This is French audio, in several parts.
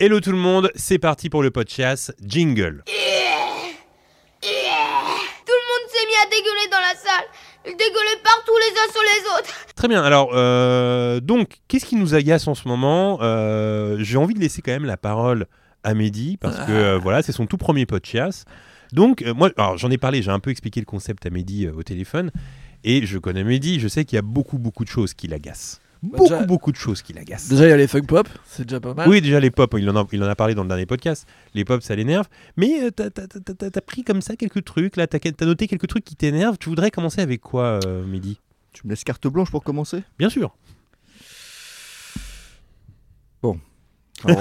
Hello tout le monde, c'est parti pour le podcast Jingle. Tout le monde s'est mis à dégueuler dans la salle. Ils dégueulaient partout les uns sur les autres. Très bien, alors euh, donc qu'est-ce qui nous agace en ce moment Euh, J'ai envie de laisser quand même la parole à Mehdi parce que euh, voilà, c'est son tout premier podcast. Donc euh, moi, alors j'en ai parlé, j'ai un peu expliqué le concept à Mehdi euh, au téléphone et je connais Mehdi, je sais qu'il y a beaucoup beaucoup de choses qui l'agacent. Beaucoup Bah, déjà- beaucoup de choses qui l'agacent. Déjà, il y a les funk pop, c'est déjà pas mal. Oui, déjà les pop, il en, a, il en a parlé dans le dernier podcast. Les pop, ça l'énerve. Mais euh, t'as t'as- t'as- t'as- t'as pris comme ça quelques trucs, là, t'as t'as noté quelques trucs qui t'énervent. Tu voudrais commencer avec quoi, euh, Mehdi Tu me laisses carte blanche pour commencer Bien sûr. Alors,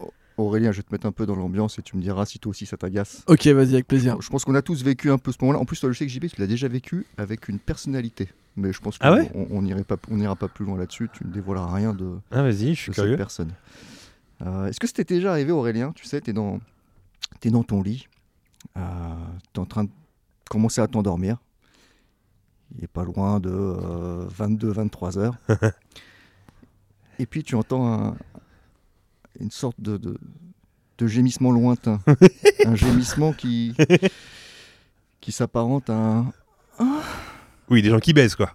Au- Aurélien, je vais te mettre un peu dans l'ambiance et tu me diras si toi aussi ça t'agace. Ok, vas-y, avec plaisir. Je pense qu'on a tous vécu un peu ce moment-là. En plus, toi, je sais que JB, tu l'as déjà vécu avec une personnalité. Mais je pense qu'on Ah ouais on- on n'irait pas- on n'ira pas plus loin là-dessus. Tu ne dévoileras rien de, Ah, vas-y, je suis de cette curieux. personne. Euh, Est-ce que c'était déjà arrivé, Aurélien Tu sais, t'es dans, t'es dans ton lit, euh, t'es en train de commencer à t'endormir. Il est pas loin de 22-23 heures. Et puis tu entends un- une sorte de, de, de gémissement lointain. un gémissement qui, qui s'apparente à un... Oui, des gens qui baissent, quoi.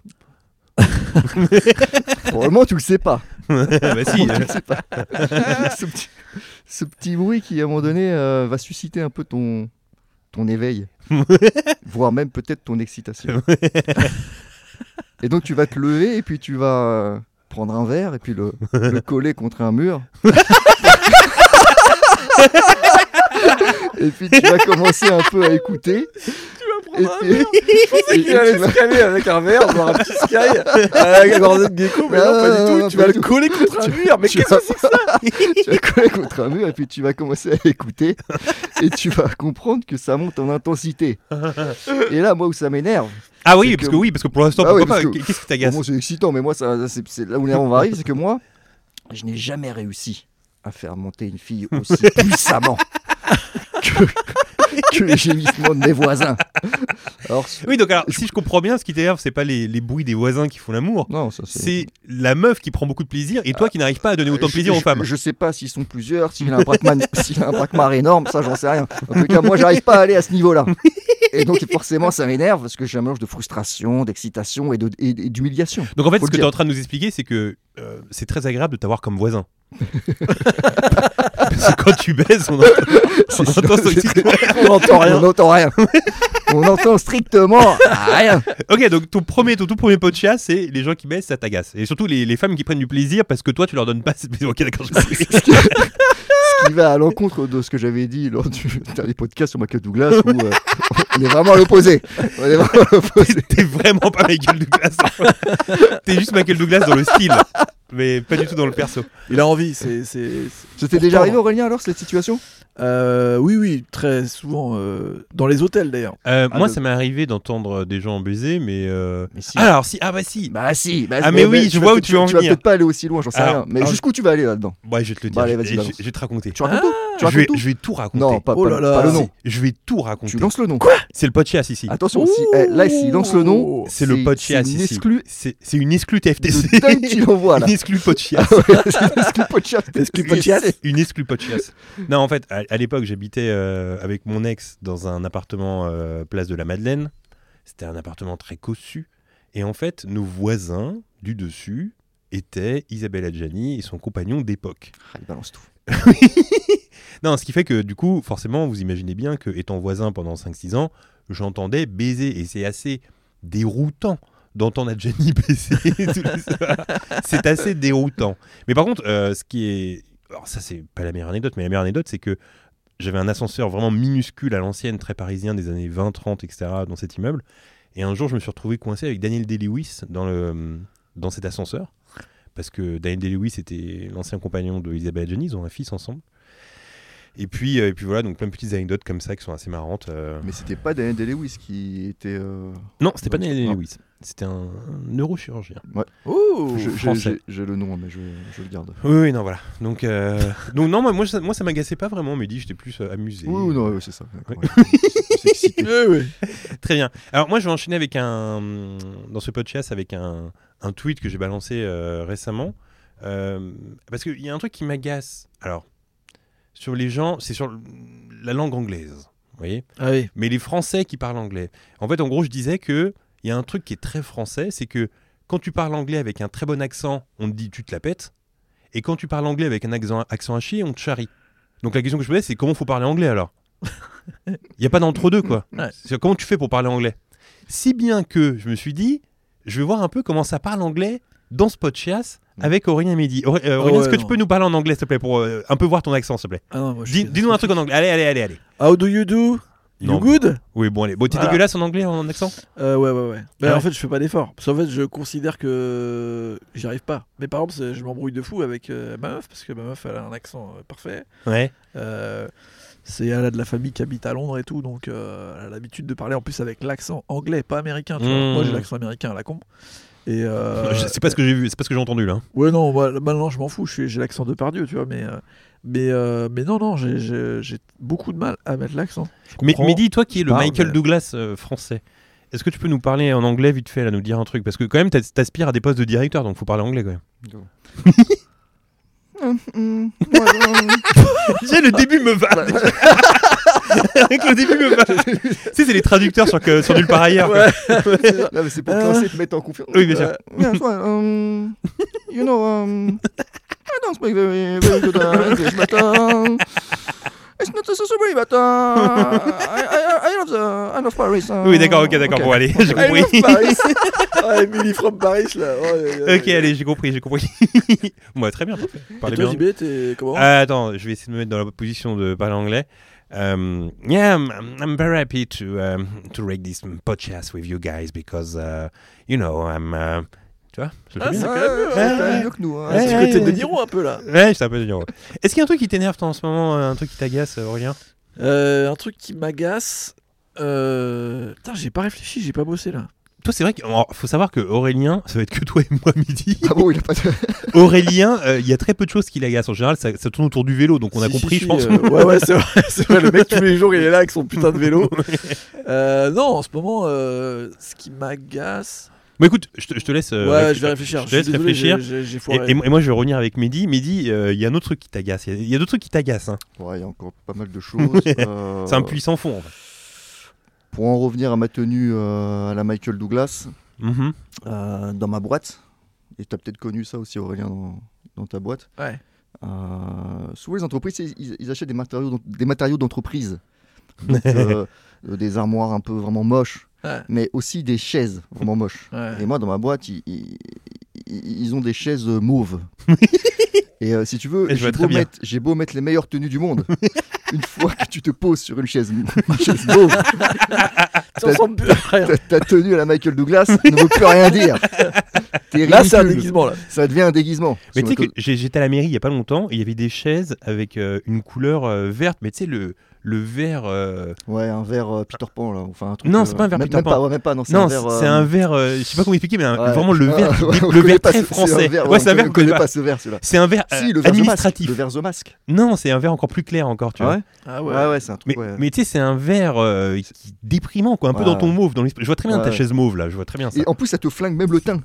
Probablement tu le sais pas. bah si, euh, ce, petit, ce petit bruit qui, à un moment donné, euh, va susciter un peu ton, ton éveil, voire même peut-être ton excitation. et donc, tu vas te lever et puis tu vas euh, prendre un verre et puis le, le coller contre un mur. et puis, tu vas commencer un peu à écouter. Tu vas prendre un verre Il allait se calmer avec un verre, voir un petit sky, avec un gordon de gecko, mais non, pas Euh, bah, du tout. Tu vas le coller contre un mur, mais tu qu'est-ce que vas- tu vas coller contre un mur et puis tu vas commencer à écouter et tu vas comprendre que ça monte en intensité. Et là, moi, où ça m'énerve, Ah oui, C'est parce que- que oui, parce que pour l'instant, Ah oui, pourquoi parce pas que- Qu'est-ce qui bon, t'agace moi, c'est excitant, mais moi, ça, ça, c'est c'est là où on arrive, c'est que moi, je n'ai jamais réussi à faire monter une fille aussi puissamment que, que les gémissements de mes voisins. Alors, Oui, donc alors, si je comprends bien, ce qui t'énerve, c'est pas les, les bruits des voisins qui font l'amour. non, ça C'est la meuf qui prend beaucoup de plaisir et toi qui n'arrives pas à donner autant de Ah, euh, Je- plaisir je, aux femmes. Je sais pas s'ils sont plusieurs, s'il a un Brachman, s'il a un Brachmar énorme, ça j'en sais rien. En tout cas, moi j'arrive pas à aller à ce niveau-là. Et donc forcément ça m'énerve parce que j'ai un mélange de frustration, d'excitation et de- et- et d'humiliation. Donc en fait, Faut ce le que tu es dire. en train de nous expliquer, c'est que euh, c'est très agréable de t'avoir comme voisin. Parce que quand tu baises, on entend, on C'est- entend ce c'est- petit- On n'entend rien. On n'entend rien. On entend strictement rien. Ok, donc ton premier, ton tout premier podcast, c'est les gens qui baissent, ça t'agace. Et surtout les, les femmes qui prennent du plaisir parce que toi, tu leur donnes pas. cette- Ok, d'accord. j'ai compris. Il va à l'encontre de ce que j'avais dit lors du dernier podcast sur Michael Douglas où euh, on est vraiment à l'opposé. On est vraiment à l'opposé. T'es vraiment pas Michael Douglas. T'es juste Michael Douglas dans le style, mais pas du tout dans le perso. Il a envie, c'est. c'est- c'est- C'était Pourtant. déjà arrivé Aurélien alors cette situation Euh, oui, oui, très souvent. euh, dans les hôtels d'ailleurs. Euh, Ah, moi, le- ça m'est arrivé d'entendre des gens baiser, mais. euh, Mais si. Ah, alors si, ah bah si. Bah si, bah Ah, si, mais oui, je vas vois où peut- tu veux en Tu vas venir. peut-être pas aller aussi loin, j'en sais Alors, rien. Mais alors- jusqu'où tu vas aller là-dedans Ouais, je vais te le dire. Bah, allez, je- vas-y, je, balance. je vais te raconter. Tu racontes tout Tu je, vais, racontes tout je vais tout raconter. Non, pas, Oh pas- là là. pas le Si. nom. Je vais tout raconter. Tu lances le nom. C'est le podcast ici. Attention, si, eh, là, s'il lance le nom, Ouh. C'est le c'est- podcast c'est une ici. exclue. C'est c'est une exclue TFTC. de dingue tu l'envoies là. Une exclue podcast. Ah ouais, c'est une exclue podcast. Exclu podcast. Une exclue podcast. Non, en fait, à, à l'époque, j'habitais euh, avec mon ex dans un appartement euh, place de la Madeleine. C'était un appartement très cossu. Et en fait, nos voisins du dessus étaient Isabelle Adjani et son compagnon d'époque. Ah, il balance tout. Non, ce qui fait que du coup, forcément, vous imaginez bien que étant voisin pendant 5-6 ans, j'entendais baiser et c'est assez déroutant d'entendre Adjani baiser tous les soirs. C'est assez déroutant. Mais par contre, euh, ce qui est alors ça c'est pas la meilleure anecdote, mais la meilleure anecdote c'est que j'avais un ascenseur vraiment minuscule à l'ancienne, très parisien des années 20, 30, etc. dans cet immeuble. Et un jour, je me suis retrouvé coincé avec Daniel Day-Lewis dans, le, dans cet ascenseur. parce que Daniel Day-Lewis était l'ancien compagnon de Elisabeth Johnny, ils ont un fils ensemble. Et puis, euh, et puis voilà, donc plein de petites anecdotes comme ça qui sont assez marrantes. euh. Mais c'était pas Daniel Day-Lewis qui était. euh, Non, c'était pas Non, Daniel non. Day-Lewis, c'était un, un neurochirurgien. Oh je- je- français. j'ai- J'ai le nom, hein, mais je, je le garde. Oui, oui, non, voilà. Donc, euh, donc non, moi, moi, ça, moi, ça m'agaçait pas vraiment, mais dit, j'étais plus euh, amusé. Oui, oui, non, oui, c'est ça. d'accord, Ouais. ouais. C'est excité. Eh Très bien. Alors moi, je vais enchaîner avec un dans ce podcast avec un, un tweet que j'ai balancé euh, récemment Euh, parce qu'il y a un truc qui m'agace. Alors sur les gens, c'est sur la langue anglaise, vous voyez. Ah oui. Mais les Français qui parlent anglais. En fait, en gros, je disais que il y a un truc qui est très français, c'est que quand tu parles anglais avec un très bon accent, on te dit tu te la pètes, et quand tu parles anglais avec un accent, accent à chier, on te charrie. Donc la question que je me posais, c'est comment faut parler anglais alors Il y a pas d'entre deux quoi. Ouais. C'est-à-dire, Comment tu fais pour parler anglais Si bien que je me suis dit, je vais voir un peu comment ça parle anglais dans ce podcast avec Aurélien Midi. Auré- euh, Aurélien, Mm. Ah ouais, est-ce que tu non. peux nous parler en anglais s'il te plaît pour euh, un peu voir ton accent s'il te plaît Ah non, moi, je Dis- suis- Dis-nous un truc en anglais. Allez, allez, allez, allez. How do you do You Non. good Oui, bon, allez. Bon, t'es Voilà. dégueulasse en anglais, en accent Euh, ouais, ouais, ouais. Ah Ben, ouais. En fait, je fais pas d'effort. Parce qu'en fait, je considère que j'y arrive pas. Mais par exemple, c'est- je m'embrouille de fou avec euh, ma meuf, parce que ma meuf, elle a un accent euh, parfait. Ouais. Euh, c'est elle a de la famille qui habite à Londres et tout, donc euh, elle a l'habitude de parler en plus avec l'accent anglais, pas américain. tu vois. Mm. Moi, j'ai l'accent américain à la con. Et euh, C'est pas ce que j'ai vu, c'est pas ce que j'ai entendu là. ouais, non, moi, maintenant, je m'en fous. je suis- J'ai l'accent de Pardieu, tu vois. Mais, euh, mais, euh, mais non, non, j'ai- j'ai j'ai beaucoup de mal à mettre l'accent. Je Mais, comprends. mais dis, toi qui es le parle, Michael mais- Douglas euh, français, est-ce que tu peux nous parler en anglais vite fait, là, nous dire un truc Parce que quand même, t'as- t'aspires à des postes de directeur, donc faut parler anglais quand même. Hum, hum, ouais, ouais, ouais. le début me va Avec le début me va Tu sais, c'est les traducteurs sur, que, sur Nulle part ailleurs. quoi. Non, mais c'est pour classer et te mettre en confiance. Oui, bien sûr. Yeah, that's right. Um, you know, um, I don't speak very, very good uh, English, but um, it's not necessary. But uh, I, I, I love the, I love Paris. uh, Oui, d'accord, ok, d'accord, bon, allez, j'ai I compris. love Paris. Ah, Emily from Paris, là. Oh, yeah, yeah, Ok, yeah. allez, j'ai compris, j'ai compris. Moi, très bien, parfait. Et Parlez toi, bien. JB, t'es comment Ah, attends, je vais essayer de me mettre dans la position de parler anglais. Um, yeah, I'm, I'm- I'm very happy to um, to rake this podcast with you guys because uh, you know I'm. uh, tu vois, je le fais Ah, bien. c'est Ouais, quand même mieux, ouais, ouais. c'est quand même ouais. mieux que nous. hein. Ouais, Ah, C'est C'est- du ouais, côté ouais. de Niro un peu là. Ouais, c'est un peu dur. ouais. Est-ce qu'il y a un truc qui t'énerve toi, en ce moment, euh, un truc qui t'agace, Aurélien Euh, un truc qui m'agace. Euh... Putain, j'ai pas réfléchi, j'ai pas bossé là. Toi, c'est vrai qu'il faut savoir que Aurélien, ça va être que toi et moi midi. Ah bon, il a pas de... Aurélien, euh, il y a très peu de choses qui l'agacent. En général, ça, ça tourne autour du vélo, donc on a Si, si, compris, si, je pense. euh, ouais, ouais, c'est vrai, c'est vrai, Le mec, tous les jours, il est là avec son putain de vélo. Euh, non, en ce moment, euh, ce qui m'agace. Bon, écoute, je te, je te laisse. euh, ouais, réfl- je vais réfléchir. Je te laisse suis désolé, réfléchir. j'ai- j'ai- J'ai Et, foiré. et moi- et moi, je vais revenir avec Mehdi. Mehdi, euh, il y a un autre truc qui t'agace. Il y a- il y a, d'autres trucs qui t'agacent. hein. Ouais, il y a encore pas mal de choses. euh, C'est un puits sans fond. En fait. Pour en revenir à ma tenue euh, à la Michael Douglas, Mhm. euh, dans ma boîte, et tu as peut-être connu ça aussi, Aurélien, dans, dans ta boîte. Ouais. Euh, souvent, les entreprises, c'est- ils, ils achètent des matériaux, d'en- des matériaux d'entreprise. Donc, euh, euh, des armoires un peu vraiment moches, Ouais. mais aussi des chaises vraiment moches. Ouais. Et moi, dans ma boîte, ils, ils- ils- ils ont des chaises euh, mauves. Et euh, si tu veux, Et je vois j'ai très beau, bien. mettre- j'ai beau mettre les meilleures tenues du monde. Une fois que tu te poses sur une chaise, une chaise mauve, Ça ressemble plus à rien. ta, ta tenue à la Michael Douglas ne veut plus rien dire. T'es Là, c'est un ridicule. déguisement là. Ça devient un déguisement. Mais Sur tu sais le que j'ai- j'étais à la mairie il y a pas longtemps et il y avait des chaises avec euh, une couleur euh, verte, mais tu sais, le, le vert. euh, co- Ouais, un verre euh, Peter Pan là. Enfin, un truc, euh, Non, c'est pas un verre même- Peter même Pan. Pas, ouais, même pas, non, c'est Non, un c'est verre. euh, un vert, euh, je sais pas comment expliquer, mais un- ouais. vraiment le Ah, vert, ouais, on le connaît vert pas très ce- c'est un français. verre, Ouais, c'est un on verre ne qu'on connaît connaît pas ce verre celui-là. C'est un vert euh, Si, le verre administratif. The Masque. Le verre The Mask. Non, c'est un vert encore plus clair encore, tu vois. Ah Ouais, ouais. ouais, c'est un Mais, truc. ouais. mais tu sais, c'est un vert euh, qui- déprimant, quoi, un peu Ouais. dans ton mauve. Dans l'esprit. je vois très bien ta Ouais. chaise mauve, là, je vois très bien ça. Et en plus, ça te flingue même le teint.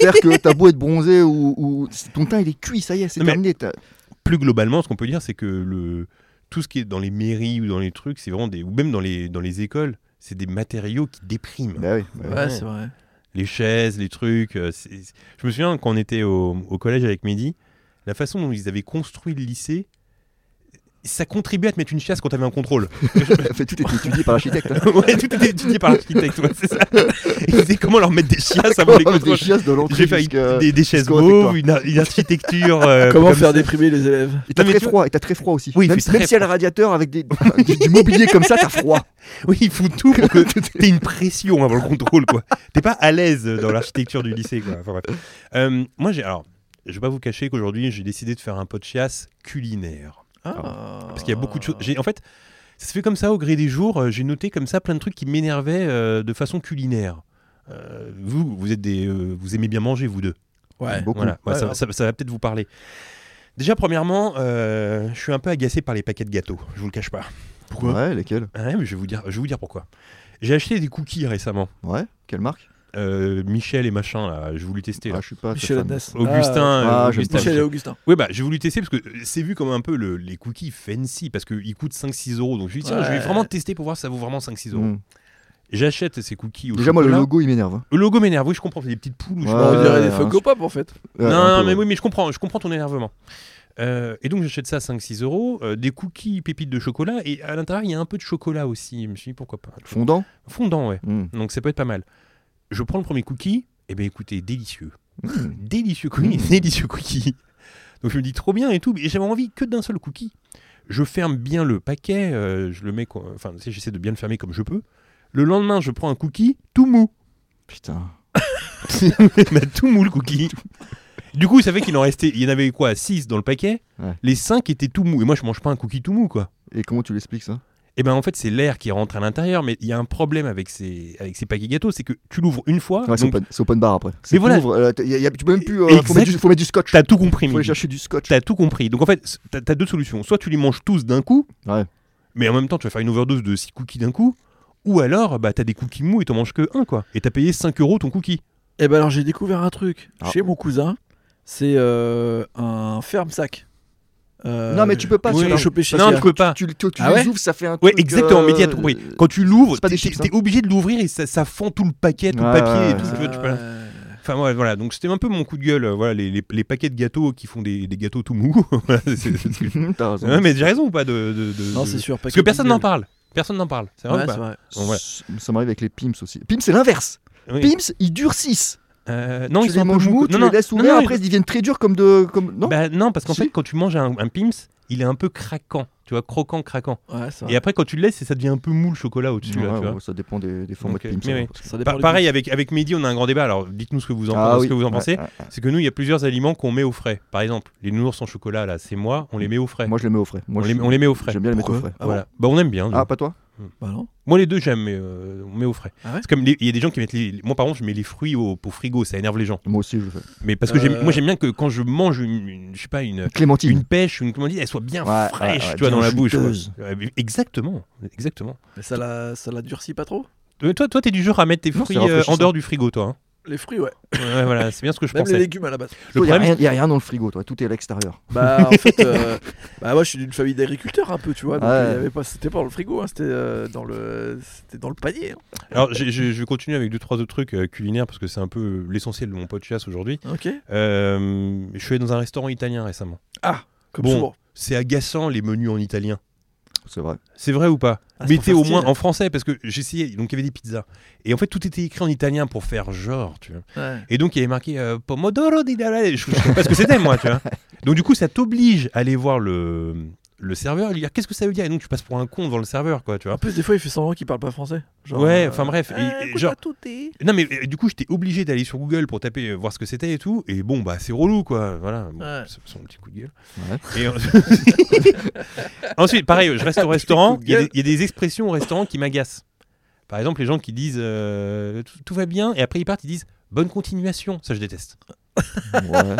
C'est-à-dire que t'as beau être bronzé ou, ou- ton teint il est cuit, ça y est, c'est Non, mais- terminé. t'as- Plus globalement, ce qu'on peut dire, c'est que le... tout ce qui est dans les mairies ou dans les trucs, c'est vraiment des... ou même dans les, dans les écoles, c'est des matériaux qui dépriment. Bah oui, bah oui. Ouais, c'est vrai. les chaises, les trucs. euh, c'est- c'est- Je me souviens quand on était au, au collège avec Mehdi, la façon dont ils avaient construit le lycée, ça contribuait à te mettre une chaise quand t'avais un contrôle. En fait, tout est étudié par l'architecte. hein. ouais, tout était étudié par l'architecte, ouais, c'est ça. Ils disaient comment leur mettre des chiasses avant Ah les Avec des contrôles. chiasses de l'entrée J'ai fait jusqu'à- des, des chaises jusqu'au réfectoire. mauves, une, ar- une architecture. euh, Comment comme faire ça. déprimer les élèves Et t'as Non, mais très tu vois- froid, et t'as très froid aussi. Oui, il même fait si- même très s'il y a le radiateur avec des, du, du mobilier comme ça, t'as froid. Oui, ils font tout pour que t'aies une pression avant le contrôle, quoi. T'es pas à l'aise dans l'architecture du lycée, quoi. Enfin, bref. Euh, moi, j'ai alors je vais pas vous cacher qu'aujourd'hui, j'ai décidé de faire un podcast culinaire. Ah. Ah, Parce qu'il y a beaucoup de choses. j'ai- En fait, ça se fait comme ça au gré des jours. euh, J'ai noté comme ça plein de trucs qui m'énervaient euh, de façon culinaire. Euh, vous, vous êtes des, euh, vous aimez bien manger, vous deux. Ouais. Beaucoup. Voilà, bah, Ouais, ça, ouais. ça- ça va peut-être vous parler. Déjà, premièrement, euh, je suis un peu agacé par les paquets de gâteaux. Je vous le cache pas. Pourquoi Ouais, lesquels Ah Ouais, mais je vais vous dire, je vais vous dire pourquoi. J'ai acheté des cookies récemment. Ouais, quelle marque Euh, Michel et machin là, je voulais tester. Là. Ah, je suis pas. très Michel fan. Adnès. Augustin, Ah, euh, Augustin, j'aime pas Michel et Michel. Augustin. Ouais, bah, je voulais tester parce que c'est vu comme un peu le- les cookies fancy parce qu'ils coûtent 5-6 euros. Donc je me dis, tiens, je vais Ouais. vraiment tester pour voir si ça vaut vraiment 5-6 euros. Mm. J'achète ces cookies au Déjà, moi, le chocolat. logo, il m'énerve. hein. Le logo m'énerve, oui, je comprends, c'est des petites poules. ou je sais Ouais, pas. On dirait des ouais, Funko Pop en fait. Ouais, non, Euh, un non, peu, mais ouais. oui, mais je comprends, je comprends ton énervement. Euh, et donc j'achète ça à 5-6 euros, euh, des cookies pépites de chocolat, et à l'intérieur il y a un peu de chocolat aussi. Je me suis dit pourquoi pas. Fondant Fondant, ouais. Mm. Donc ça peut être pas mal. Je prends le premier cookie, et ben écoutez, délicieux. Mm. Délicieux cookie, Mm. délicieux cookie. Donc je me dis trop bien et tout, mais j'avais envie que d'un seul cookie. Je ferme bien le paquet, euh, je le mets, co- enfin tu sais, j'essaie de bien le fermer comme je peux. Le lendemain, je prends un cookie tout mou. Putain. Il m'a tout mou le cookie. Du coup, ça fait qu'il en restait, il y en avait quoi, 6 dans le paquet. Ouais. Les 5 étaient tout mous. Et moi, je mange pas un cookie tout mou, quoi. Et comment tu l'expliques ça Et ben en fait, c'est l'air qui rentre à l'intérieur, mais il y a un problème avec ces, avec ces paquets gâteaux, c'est que tu l'ouvres une fois, Ouais, C'est Ah. donc open, c'est open bar après. C'est voilà. ouvre, euh, t'as- y a- y a- tu peux même plus. euh, faut, Exact. mettre du, faut mettre du scotch. t'as tout compris. Faut aller Mehdi. chercher du scotch. T'as tout compris. Donc en fait, c- t'as t'as deux solutions. Soit tu les manges tous d'un coup, Ouais. mais en même temps tu vas faire une overdose de 6 cookies d'un coup, ou alors bah t'as des cookies mous et t'en manges que un quoi. Et t'as payé 5 euros ton cookie. Et ben alors j'ai découvert un truc Ah. chez mon cousin. C'est euh, un ferme sac. Euh, Non, mais tu peux pas, Oui, sur l'as un- chopé chez non, Ikea. tu peux pas. Tu, tu, tu Ah ouais les ouvres, ça fait un Ouais, truc. exactement. Mais t'as euh, tout compris. Quand tu l'ouvres, c'est pas t'es des chips, hein. t'es obligé de l'ouvrir et ça, ça fend tout le paquet, tout le Ouais, papier ouais, et tout. ouais. tu vois, tu peux pas- Euh, Enfin ouais, voilà. Donc c'était un peu mon coup de gueule. euh, Voilà les, les- les paquets de gâteaux qui font des, des gâteaux tout mous. Voilà, c'est- c'est ce que je- T'as raison. Ouais, mais j'ai raison ou pas de, de- de- Non, de- c'est sûr. Parce que personne n'en parle. Personne n'en parle. C'est vrai. Ouais, ou pas c'est vrai. Bon, voilà. Ça m'arrive avec les Pims aussi. Pims, c'est l'inverse. Oui. Pims, ils durcissent. Euh, non, ils tu les sont un peu manges mous. mous, Non, tu non, les laisses non, ouverts, non, après ils deviennent très durs comme de. Comme... Non Bah, non, parce qu'en Si. fait, quand tu manges un, un Pim's, il est un peu craquant, tu vois, croquant, craquant. Ouais, c'est Et vrai. après, quand tu le laisses, ça devient un peu mou le chocolat au-dessus. là, Ouais, tu vois. ouais, Ça dépend des, des formats Ok, de Pims. mais alors, oui. parce que- Ça dépend Pa- des pareil, avec, avec Mehdi, on a un grand débat. Alors, dites-nous ce que vous en, Ah pensez, oui. ce que vous en Ouais, pensez. ouais, ouais. C'est que nous, il y a plusieurs aliments qu'on met au frais. Par exemple, les nounours en chocolat, là, c'est moi, on les met au frais. Moi je les mets au frais. Moi, on, je- les, on les met au frais. J'aime bien les mettre au Pourquoi frais. Ah voilà. Bah, on aime bien. nous. Ah, pas toi Bah non. Moi, les deux, j'aime, mais euh, on met au frais. Ah ouais Parce que comme les- il y a des gens qui mettent les. Moi, par contre, je mets les fruits au, au frigo, ça énerve les gens. Moi aussi je le fais. Mais parce que j'aime- Euh. moi, j'aime bien que quand je mange une, une- je sais pas, une, Clémentine. une pêche, une comment on dit, elle soit bien Ouais, fraîche, ouais, ouais, tu vois, bien dans la bouche. quoi. juteuse. Ouais, mais Exactement, exactement. Mais ça la, ça la durcit pas trop Euh, toi, toi, t'es du genre à mettre tes Non, fruits c'est euh, en rafraîchissant. dehors du frigo, toi. hein. Les fruits, ouais. Ouais, voilà, c'est bien ce que je Même les pensais. légumes à la base. Le Il n'y a, problème, rien- y a rien dans le frigo, toi. Tout est à l'extérieur. Bah en fait, euh, bah moi je suis d'une famille d'agriculteurs un peu, tu vois. Donc Ouais. euh, y avait pas, c'était pas dans le frigo, hein, c'était euh, dans le, c'était dans le panier. hein. alors j'ai- j'ai- je vais continuer avec deux trois autres trucs euh, culinaires parce que c'est un peu l'essentiel de mon podcast aujourd'hui. Ok. Euh, je suis allé dans un restaurant italien récemment. Ah, comme Bon. souvent. C'est agaçant les menus en italien. C'est vrai. C'est vrai ou pas Ah, c'est Mettez pour au faire moins style. en français parce que j'essayais. Donc il y avait des pizzas et en fait tout était écrit en italien pour faire genre, tu vois. Ouais. Et donc il y avait marqué euh, Pomodoro di Dalla- Je je sais pas ce que c'était moi, tu vois. Donc du coup ça t'oblige à aller voir le, le serveur et lui dire qu'est-ce que ça veut dire. Et donc tu passes pour un con devant le serveur, quoi, tu En vois. plus, des fois, il fait semblant qu'il parle pas français. Genre, ouais, euh, enfin bref. et- Eh, et écoute, genre, à tout est. non mais euh, du coup j'étais obligé d'aller sur Google pour taper euh, voir ce que c'était et tout. Et bon bah c'est relou, quoi. Voilà. Bon, Ouais. c'est Son petit coup de gueule. Ouais. Et en- Ensuite, pareil, je reste au restaurant. coup de Il y, a gueule. des- il y a des expressions au restaurant qui m'agacent. Par exemple, les gens qui disent euh, tout, tout va bien et après ils partent, ils disent bonne continuation. Ça, je déteste. Ouais.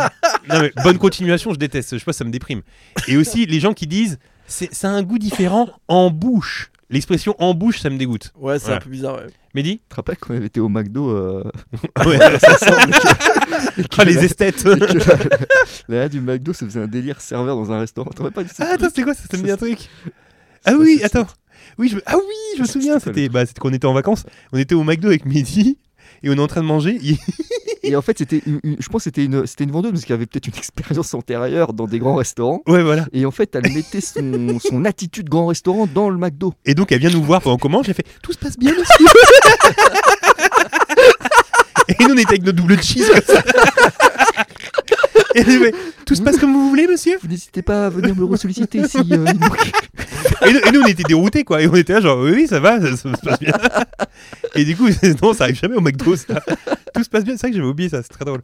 Non, mais bonne continuation, je déteste. Je sais pas, ça me déprime. Et aussi, les gens qui disent c'est, ça a un goût différent en bouche. L'expression en bouche, ça me dégoûte. Ouais, c'est Voilà. un peu bizarre. ouais. Mehdi Tu te rappelles quand on avait été au McDo euh, Ah, les esthètes Là, du McDo, ça faisait un délire serveur dans un restaurant. T'aurais pas dit Ah, ça attends, c'était quoi ça Ça me dit un truc C'est Ah quoi, oui, c'est attends. Oui, je... me- Ah oui, je me C'est- souviens. c'est quoi le C'était, bah, c'était qu'on était en vacances. On était au McDo avec Mehdi et on est en train de manger. Il- Et en fait, c'était, une- une- je pense, que c'était une, c'était une vendeuse parce qu'elle avait peut-être une expérience antérieure dans des grands restaurants. Ouais, voilà. Et en fait, elle mettait son, son attitude grand restaurant dans le McDo. Et donc, elle vient nous voir pendant qu'on mange. Elle fait Tout se passe bien, monsieur Et nous, on était avec nos double cheese comme ça. Et elle fait, Tout se passe comme vous voulez, monsieur Vous n'hésitez pas à venir me ressolliciter si euh, il manque. et, nous, et nous, on était déroutés, quoi. Et on était là, genre, oui, oui, ça va, ça, ça se passe bien. Et du coup, non, ça arrive jamais au McDo, ça. Tout se passe bien. C'est vrai que j'avais oublié ça, c'est très drôle.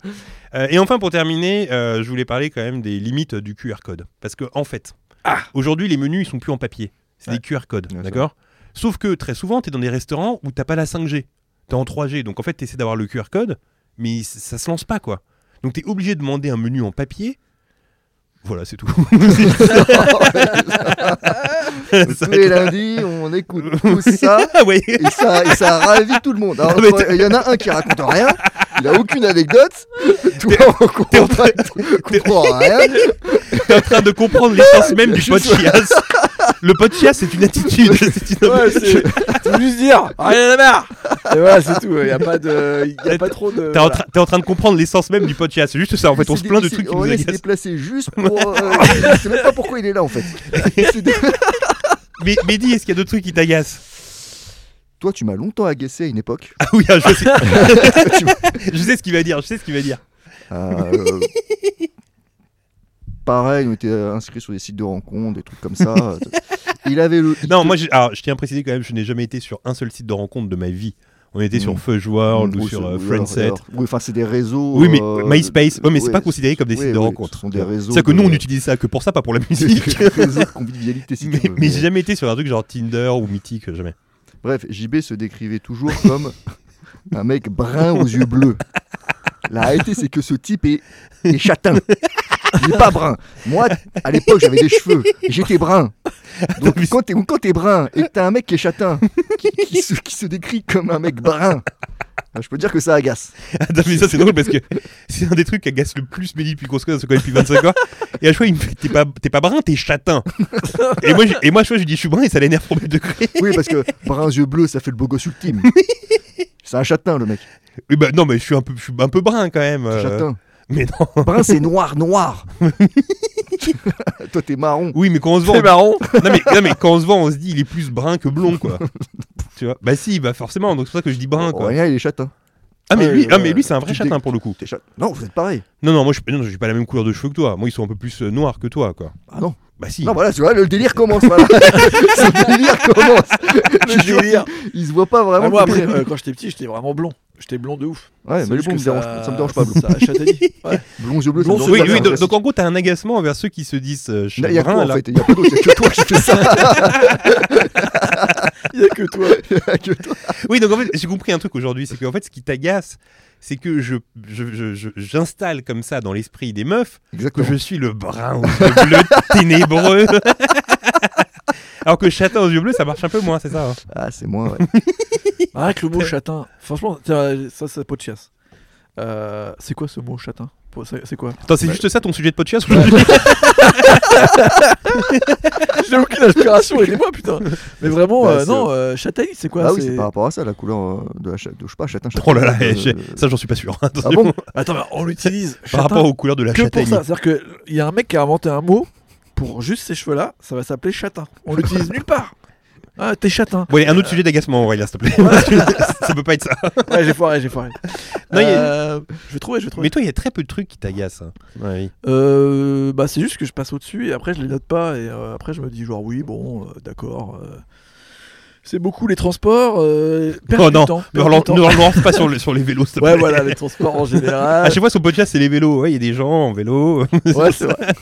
Euh, et enfin, pour terminer, euh, je voulais parler quand même des limites du QR code. Parce que, en fait, aujourd'hui, les menus, ils sont plus en papier. C'est Ouais. des QR codes, Ah. Ouais, ça d'accord Sauf que très souvent, tu es dans des restaurants où t'as pas la 5G. T'es en 3G. Donc, en fait, tu essaies d'avoir le QR code, mais c- ça se lance pas, quoi. Donc, tu es obligé de demander un menu en papier. Voilà, c'est tout. Tous les lundis, on écoute tout ça. Ah ouais. Et ça, et ça ravit tout le monde. Alors, Ah, mais t'es- Il y en a un qui raconte rien, il a aucune anecdote, toi on T'es en comprend, train- on comprend rien. T'es en train de comprendre l'essence même du Je podcast. Le podcast, c'est une attitude. c'est une- Ouais, c'est. Faut juste dire, rien à la barre Et voilà, c'est tout, il n'y a pas de. Il a pas trop de. T'es en, train- t'es en train de comprendre l'essence même du podcast. C'est juste ça. En fait, on C'est se plaint de dé- trucs qui on nous est- s'est agacent. déplacé juste pour. euh, je sais même pas pourquoi il est là en fait. C'est dé- Mais, mais dis, est-ce qu'il y a d'autres trucs qui t'agacent Toi, tu m'as longtemps agacé à une époque. Ah oui, ah, je sais. je sais ce qu'il va dire. Je sais ce qu'il va dire. Euh, pareil, on était inscrits sur des sites de rencontres, des trucs comme ça. Il avait le. il Non, te- moi, j'ai- alors, je tiens à préciser quand même, je n'ai jamais été sur un seul site de rencontre de ma vie. On était Mm. sur Feu Joueur ou sur euh, ou Friendset. alors- Oui, enfin, c'est des réseaux. Oui, mais euh, MySpace, ouais, mais c'est ouais, pas considéré comme des ouais, sites de ouais, rencontre. ce sont des réseaux C'est que nous, de- on utilise ça que pour ça, pas pour la musique. des réseaux de convivialité, si tu mais veux, mais j'ai jamais été sur un truc genre Tinder ou Mythique, jamais. Bref, JB se décrivait toujours comme un mec brun aux yeux bleus. La réalité, c'est que ce type est, est châtain. Il n'est pas brun. Moi, à l'époque, j'avais des cheveux. J'étais brun. Donc, quand t'es, quand t'es brun et que t'as un mec qui est châtain, qui, qui se, qui se décrit comme un mec brun, ben, je peux dire que ça agace. Attends, Ah, mais ça c'est drôle parce que c'est un des trucs qui agace le plus Mehdi depuis qu'on se connaît, on se connaît depuis 25 ans. Et à chaque fois, il me fait T'es pas, t'es pas brun, t'es châtain. Et moi, j'ai- et moi, à chaque fois, je lui dis Je suis brun et ça l'énerve pour mes degrés. Oui, parce que brun aux yeux bleus, ça fait le beau gosse ultime. C'est un châtain, le mec. Et bah, non, mais je suis un peu, je suis un peu brun quand même. euh, Châtain. Mais non. Brun, c'est noir, noir. Toi, t'es marron. Oui, mais quand on se voit. C'est On... marrant Non, mais, non, mais quand on se voit, on se dit Il est plus brun que blond, quoi. tu vois Bah, si, bah forcément. Donc, c'est pour ça que je dis brun, quoi. Aurélien, il est châtain. Ah, mais Ouais, lui, ah, ouais. mais lui c'est un vrai Tu châtain dé- pour le coup. T'es châtain. Non, vous êtes pareil. Non, non, moi, je non, j'ai pas la même couleur de cheveux que toi. Moi, ils sont un peu plus euh, noirs que toi, quoi. Ah non. Bah, si. Non, voilà, tu vois, le délire commence. Voilà. Ce délire commence. Tu vois, délire. Il se voit pas vraiment. Ah, moi, après, Ouais, euh, quand j'étais petit, j'étais vraiment blond. J'étais blond de ouf. C'est mais le juste bon, me que dérange, ça... me dérange pas. Blond, Ça a châtaigné. Ouais. blond yeux bleus, Blond, ça me Oui, dérange oui, pas. donc, donc, en gros, t'as un agacement envers ceux qui se disent euh, Il y a que brun, toi, en là. fait. Il y a pas d'autre. Il y a que toi qui fais ça. Il n'y a que toi. Il y a que toi. Oui, donc en fait, j'ai compris un truc aujourd'hui, c'est qu'en fait, ce qui t'agace, c'est que je, je- je- je- j'installe comme ça dans l'esprit des meufs que Exactement. je suis le brun aux yeux bleus ténébreux. Alors que châtain aux yeux bleus, ça marche un peu moins, c'est ça hein Ah, c'est moi, ouais. Ah, que le mot châtain. Franchement, tiens, ça, c'est pas de chiasse. Euh, c'est quoi ce mot châtain Pour- C'est c'est quoi Attends, c'est juste ça ton sujet de podcast aujourd'hui J'ai aucune aspiration, aidez-moi putain Mais vraiment, Bah, euh, c'est- non, euh, châtain, c'est quoi Ah oui, c'est- c'est par rapport à ça, la couleur euh, de la cha- de- Je sais pas, châtain, châtain. Oh là là, euh, eh, j'ai- ça j'en suis pas sûr. Attention. Ah bon Attends, mais on l'utilise Par châtain rapport aux couleurs de la que châtaigne. pour ça. C'est-à-dire qu'il y a un mec qui a inventé un mot pour juste ces cheveux-là, ça va s'appeler châtain. On l'utilise nulle part Ah, t'es châtain Bon, allez, un autre sujet d'agacement, Aurélien, s'il te plaît. ça peut pas être ça. Ouais, j'ai foiré, j'ai foiré. Non, il y a- Euh, Je vais trouver, je vais trouver. Mais toi, il y a très peu de trucs qui t'agacent. hein. Ouais, oui. Euh, bah, c'est juste que je passe au-dessus et après je les note pas et euh, après je me dis genre oui bon euh, d'accord euh, c'est beaucoup les transports euh, perte Oh du non, temps, Ne perte du relance, temps. ne relance pas sur, le- sur les vélos, s'il te ouais plaît. voilà les transports en À général chaque fois, son podcast, c'est les vélos. Ouais, Il y a des gens en vélo. ouais c'est vrai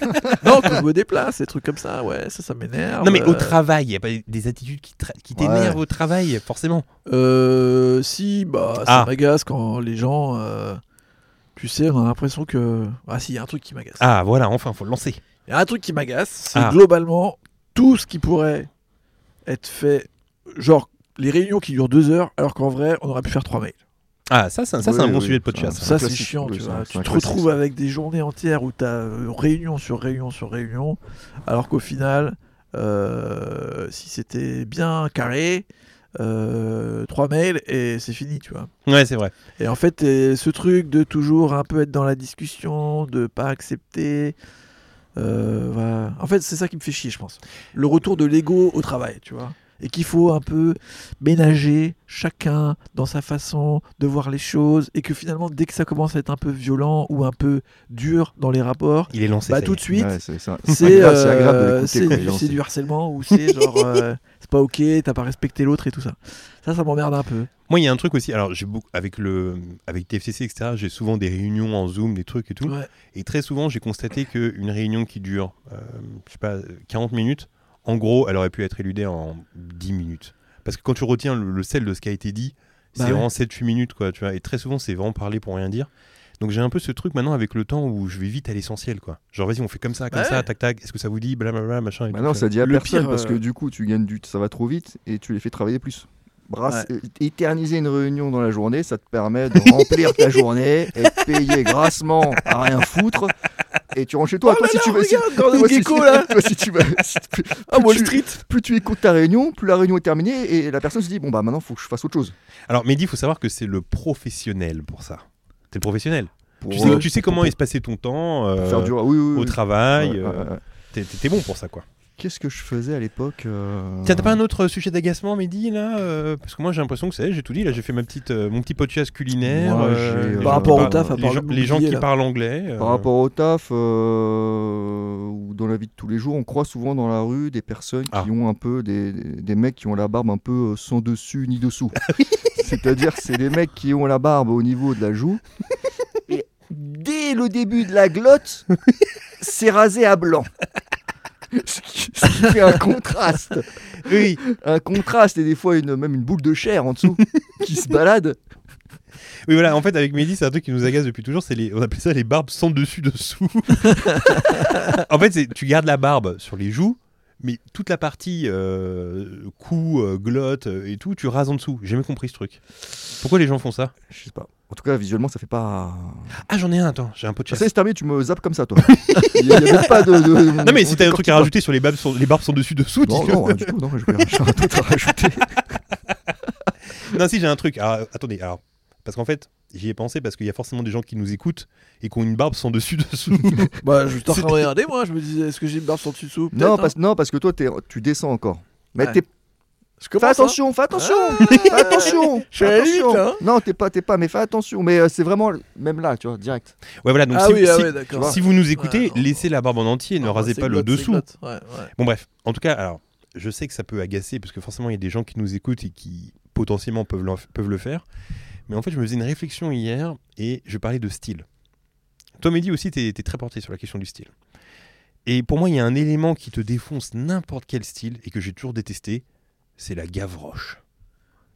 non quand je me déplace des trucs comme ça ouais ça ça m'énerve Non, mais au euh, travail, il y a pas des attitudes qui, tra- qui t'énervent au travail, forcément. Euh, si, bah, ça Ah. m'agace quand les gens. euh, tu sais, on a l'impression que. Ah, si, il y a un truc qui m'agace. Il Ah, voilà, enfin, faut le lancer. y a un truc qui m'agace, c'est Ah. globalement tout ce qui pourrait être fait. Genre, les réunions qui durent deux heures, alors qu'en vrai, on aurait pu faire trois mails. Ah, ça, ça, ça, c'est Oui, un bon oui, sujet de ça, podcast. C'est Ça, un c'est classique, chiant, oui, tu c'est vois. un- c'est Tu un te classique, retrouves ça. avec des journées entières où tu as réunion sur réunion sur réunion, alors qu'au final, euh, si c'était bien carré, euh, trois mails et c'est fini, tu vois. Ouais, c'est vrai. Et en fait, euh, ce truc de toujours un peu être dans la discussion, de pas accepter. euh, voilà. En fait, c'est ça qui me fait chier, je pense. Le retour de l'ego au travail, tu vois. et qu'il faut un peu ménager chacun dans sa façon de voir les choses et que finalement dès que ça commence à être un peu violent ou un peu dur dans les rapports, Il est lancé. bah ça y tout est. de suite Ouais, c'est ça. c'est agréable- c'est agréable de euh, l'écouter, c'est quoi, du, genre, c'est c'est- du harcèlement ou c'est genre euh, c'est pas ok, t'as pas respecté l'autre et tout ça. Ça, ça m'emmerde un peu. Moi, il y a un truc aussi. Alors, j'ai beaucoup avec le avec TFCC etc. J'ai souvent des réunions en Zoom, des trucs et tout. Ouais. Et très souvent, j'ai constaté qu'une réunion qui dure, euh, je sais pas, 40 minutes, en gros, elle aurait pu être éludée en 10 minutes. Parce que quand tu retiens le, le sel de ce qui a été dit, Bah c'est ouais. vraiment 7-8 minutes, quoi, tu vois. Et très souvent, c'est vraiment parler pour rien dire. Donc j'ai un peu ce truc maintenant avec le temps où je vais vite à l'essentiel, quoi. Genre, vas-y, on fait comme ça, comme Bah Ouais. ça, tac, tac, est-ce que ça vous dit, blablabla, machin. et Bah tout non, ça. ça dit à Le personne pire, parce que euh, du coup, tu gagnes du, ça va trop vite et tu les fais travailler plus. Brasse, euh, Éterniser une réunion dans la journée, ça te permet de remplir ta journée, être payé grassement à rien foutre, et tu rentres chez toi. Oh toi, là si là, tu veux, si- regarde, Gordon toi, si- Gekko, là toi, si tu vas- si- plus, Ah, plus Wall tu- Street plus tu écoutes ta réunion, plus la réunion est terminée et la personne se dit bon bah maintenant faut que je fasse autre chose. Alors, Mehdi, il faut savoir que c'est le professionnel pour ça. T'es le professionnel. Pour, Tu sais, euh, tu sais comment pour- il se passait ton temps pour euh, faire du oui, oui, au oui. travail. Ouais, euh, ouais, ouais. t'es- T'es t'es bon pour ça, quoi. Qu'est-ce que je faisais à l'époque euh, Tiens, t'as pas un autre sujet d'agacement, Mehdi, là euh, Parce que moi, j'ai l'impression que ça y est, j'ai tout dit. Là, j'ai fait ma petite, euh, mon petit podcast culinaire. Moi, j'ai, les euh, gens Par qui rapport au parlent- taf, à les part gens- le les gens bouclier, qui là. parlent anglais. euh, Par rapport au taf, euh, ou dans la vie de tous les jours, on croit souvent dans la rue des personnes Ah. qui ont un peu des, des mecs qui ont la barbe un peu euh, sans dessus ni dessous. Ah C'est-à-dire, c'est des mecs qui ont la barbe au niveau de la joue. Et dès le début de la glotte, c'est rasé à blanc. Ce qui, ce qui fait un contraste. Oui. Un contraste et des fois une, même une boule de chair en dessous qui se balade. Oui, voilà. En fait, avec Mehdi, c'est un truc qui nous agace depuis toujours. C'est les, on appelle ça les barbes sans dessus dessous. en fait, c'est- tu gardes la barbe sur les joues, mais toute la partie euh, cou, euh, glotte euh, et tout, tu rases en dessous. J'ai jamais compris ce truc. Pourquoi les gens font ça Je sais pas. En tout cas, visuellement, ça fait pas. Ah, j'en ai un. Attends, j'ai un Ça podcast. c'est terminé, tu me zappes comme ça, toi. Il n'y avait pas de. de- Non, mais on si t'as un décortique truc à pas. rajouter sur les barbes sans, les barbes sans dessus dessous, Non, dis-le. non, rien du tout, non, je vais rien- j'ai rien d'autre à rajouter. Non, si j'ai un truc. Alors, attendez, alors. Parce qu'en fait, j'y ai pensé parce qu'il y a forcément des gens qui nous écoutent et qui ont une barbe sans dessus dessous. Bah, je suis en train de regarder, moi, je me disais, est-ce que j'ai une barbe sans dessous hein. hein. Non, parce, non, parce que toi, t'es- tu descends encore. Mais Ouais. t'es- fais attention, fais attention, Ah. fais attention. Je suis à la attention. limite, là, hein. Non, t'es pas, t'es pas, mais fais attention. Mais euh, c'est vraiment même là, tu vois, direct. Ouais, voilà. Donc, Ah si, oui, ah si- ouais, d'accord. si vous nous écoutez, Ouais, non, laissez la barbe en entier, ne Non, rasez c'est pas le glotte, c'est dessous. glotte, ouais, ouais. Bon, bref. En tout cas, alors, je sais que ça peut agacer parce que forcément, il y a des gens qui nous écoutent et qui potentiellement peuvent le, peuvent le faire. Mais en fait, je me faisais une réflexion hier et je parlais de style. Toi, Mehdi, aussi, t'es es très porté sur la question du style. Et pour moi, il y a un élément qui te défonce n'importe quel style et que j'ai toujours détesté, c'est la gavroche.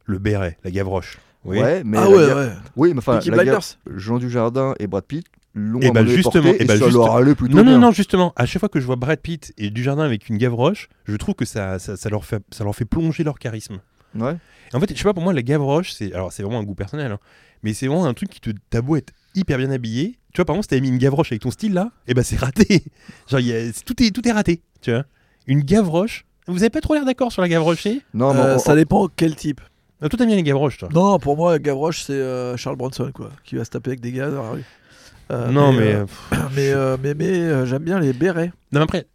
Le béret, la gavroche. Oui. Ouais, mais Ah la ouais, guerre- ouais. Oui, mais enfin, Peaky la guerre- Blinders. Jean Dujardin et Brad Pitt l'ont Eh à un ben, moment donné justement, porté eh et ben, ça juste- leur allait plutôt Non, bien. non, non, justement, à chaque fois que je vois Brad Pitt et Dujardin avec une gavroche, je trouve que ça, ça, ça leur, fait, ça leur fait plonger leur charisme. Ouais. En fait, je sais pas, pour moi, la gavroche, c'est alors c'est vraiment un goût personnel, hein, mais c'est vraiment un truc qui te t'as beau être hyper bien habillé. Tu vois, par exemple, si t'avais mis une gavroche avec ton style là, eh ben c'est raté. Genre, il y a- c'est- tout, est, tout est raté, tu vois. Une gavroche. Vous avez pas trop l'air d'accord sur la gavroche eh Non, mais Euh, on- ça dépend quel type. Non, Toi, t'aimes bien les gavroches, toi. Non, pour moi, Gavroche, c'est euh, Charles Bronson, quoi, qui va se taper avec des gars dans la rue. Euh, non, mais. euh, euh, pff, mais, euh, mais, mais, euh, j'aime bien les bérets. non, mais après.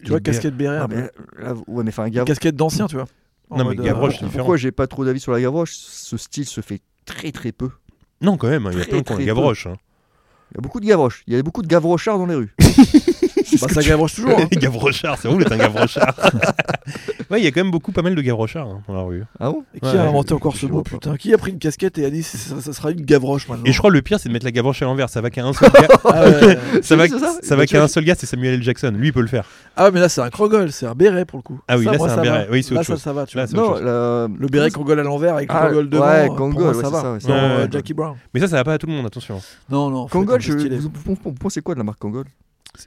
Tu vois, les béret- casquette béret, Ah, un mais peu. là, ouais, mais enfin, un Une gars, casquette d'ancien, tu vois. En Non, mais mode, euh, Gavroche, c'est différent. pourquoi j'ai pas trop d'avis sur la Gavroche Ce style se fait très très peu. Non, quand même, hein, il y a Très, plein qui ont très les peu. gavroches. hein. Il y a beaucoup de gavroches. Il y a beaucoup de gavrochards dans les rues. bah, ça Gavroche toujours. hein. les gavrochards, c'est vous, êtes un gavrochard. ouais, il y a quand même beaucoup, pas mal de gavrochards hein, dans la rue. Ah bon Et qui Ouais, a inventé je- encore je ce vois mot, pas. putain Qui a pris une casquette et a dit ça, ça sera une Gavroche maintenant Et je crois le pire, c'est de mettre la gavroche à l'envers. Ça va qu'à un seul gars. ah, ouais. ça va, C'est ça ça va Bah, tu qu'à vois, un seul gars, c'est Samuel L. Jackson. Lui, il peut le faire. Ah, mais là, c'est un crogol, c'est un béret pour le coup. Ah oui, Ça, là, moi, c'est un ça béret. va. Oui, c'est Là, autre ça, chose. ça va, tu Là, vois. c'est autre Non, chose. la- Le béret crogol à l'envers avec Ah, crogol devant. ouais, euh, pour Kangol, moi, ouais, ça c'est ça, va. ouais, c'est Non, ça. euh, Ouais. Jackie Brown. Mais ça, ça va pas à tout le monde, attention. Non, non. faut être un Kangol, peu je... stylé. vous, vous- vous pensez quoi de la marque Kangol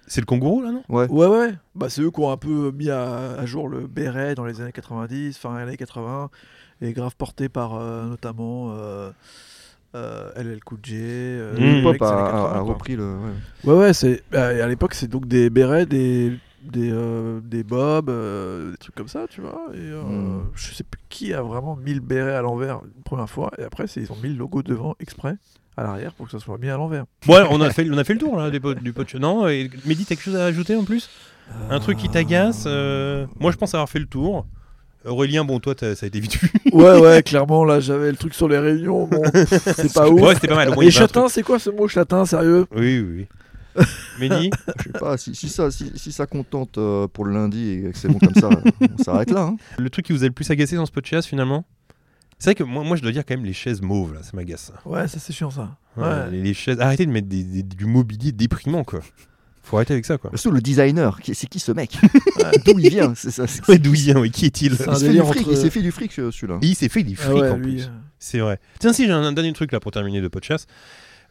C'est le kangourou, là, non Ouais. Ouais, ouais. Bah, c'est eux qui ont un peu mis à, à jour le béret dans les années 90, fin années 80, et grave porté par euh, notamment euh, euh, LL Cool J. euh, Mm. les mecs Pop des a, années a- 80, a quoi. repris le. ouais. Ouais, ouais, c'est. bah, et à l'époque, c'est donc des bérets, des. Des, euh, des bobs, euh, des trucs comme ça, tu vois. Et, euh, Hmm. Je sais plus qui a vraiment mis le béret à l'envers une première fois, et après, c'est- ils ont mis le logo devant exprès à l'arrière pour que ça soit bien à l'envers. Bon, alors, on a fait, on a fait le tour, là, des po- du pot. Non et, Mehdi, t'as quelque chose à ajouter en plus Un truc qui t'agace euh, Moi, je pense avoir fait le tour. Aurélien, bon, toi, t'as- ça a été vite vu. Ouais, ouais, clairement, là, j'avais le truc sur les réunions. Bon, c'est pas Ah ouf. Ouais, c'était pas mal. au moins, il Et y avait un truc. châtain, c'est quoi ce mot châtain, sérieux Oui, oui, oui. Méni Je sais pas, si, si ça, si, si ça contente euh, pour le lundi et que c'est bon comme ça, on s'arrête là. hein. Le truc qui vous a le plus agacé dans ce podcast finalement C'est vrai que moi, moi je dois dire quand même les chaises mauves là, ça m'agace. ça. Ouais, ça c'est chiant ça. Ouais, Ouais. les, les chaises. Arrêtez de mettre des- des- du mobilier déprimant quoi. Faut arrêter avec ça quoi. Surtout le designer, qui- c'est qui ce mec D'où il vient C'est ça. c'est- Ouais, d'où il vient, ouais, qui est-il C'est Il un se fait du délire fric, entre- il s'est fait du fric euh, celui-là. Et il s'est fait des frics Ah ouais, en lui, plus. euh, C'est vrai. Tiens, si j'ai un, un dernier truc là pour terminer de podcast.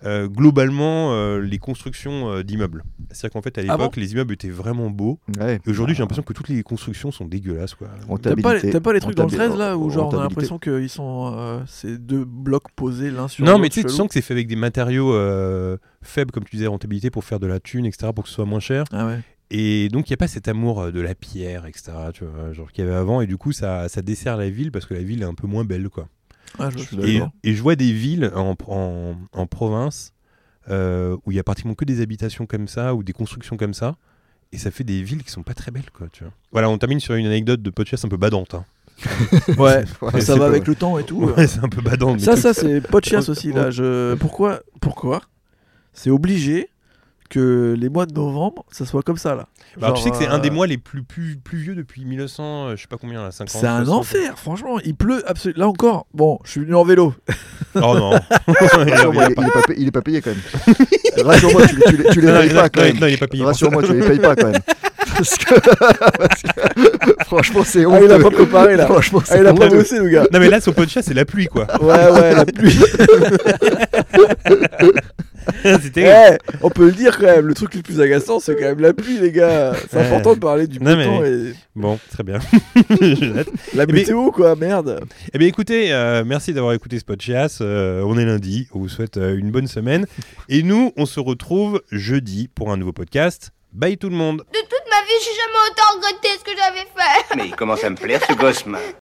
Euh, globalement, euh, les constructions euh, d'immeubles. C'est-à-dire qu'en fait, à Ah l'époque, les immeubles étaient vraiment beaux. Ouais. Et aujourd'hui, j'ai l'impression que toutes les constructions sont dégueulasses. Quoi. T'aimes pas, les- Rentabilité. t'aimes pas les trucs dans le 13 là où genre on a Rentabilité. l'impression qu'ils sont euh, ces deux blocs posés l'un sur l'autre. Non, mais tu sais, tu chelou. sens que c'est fait avec des matériaux euh, faibles, comme tu disais, rentabilité pour faire de la thune, etc., pour que ce soit moins cher. Ah ouais. Et donc, il n'y a pas cet amour euh, de la pierre, etc., tu vois, genre qu'il y avait avant. Et du coup, ça, ça dessert la ville parce que la ville est un peu moins belle, quoi. Ah, je Je suis vois. Et, D'accord. et je vois des villes en, en, en province euh, où il y a pratiquement que des habitations comme ça ou des constructions comme ça. Et ça fait des villes qui sont pas très belles, quoi, tu vois. Voilà, on termine sur une anecdote de podcast un peu badante. hein. Ouais, ça Ouais, c'est va pas avec vrai. le temps et tout. euh. Ouais, c'est un peu badant. mais Ça, tout- ça, c'est podcast aussi. Là, je... Pourquoi Pourquoi C'est obligé que les mois de novembre, ça soit comme ça là. Bah, tu Genre, sais que c'est un des euh, mois les plus, plus, plus vieux depuis 1900, euh, je sais pas combien, là, 50. C'est un 60. enfer, franchement. Il pleut absolument. Là encore, bon, je suis venu en vélo. Oh non. Rassure-moi, il, est- il est pas payé- il est pas payé quand même. Rassure-moi, tu, les- tu les- tu les Non, payes il- pas quand non, même. non, il est pas payé. pour ça. Rassure-moi, tu les payes pas quand même. Parce que, parce que- franchement, c'est Ah, il a pas honteux. préparé là. Franchement, Ah, il c'est a pas honteux. bossé, le gars. Non, mais là, son pot de chat, c'est la pluie, quoi. Ouais, ouais, la pluie. c'est terrible. Eh, on peut le dire quand même. Le truc le plus agaçant, c'est quand même la pluie, les gars. C'est Ouais. important de parler du beau Non, mais- temps et Bon, très bien. Je note. la mais- météo, quoi. Merde. eh bien, écoutez, euh, merci d'avoir écouté ce podcast. Euh, on est lundi. On vous souhaite euh, une bonne semaine. Et nous, on se retrouve jeudi pour un nouveau podcast. Bye tout le monde. De toute ma vie, j'ai jamais autant regretté ce que j'avais fait. Mais il commence à me plaire ce gosse, main.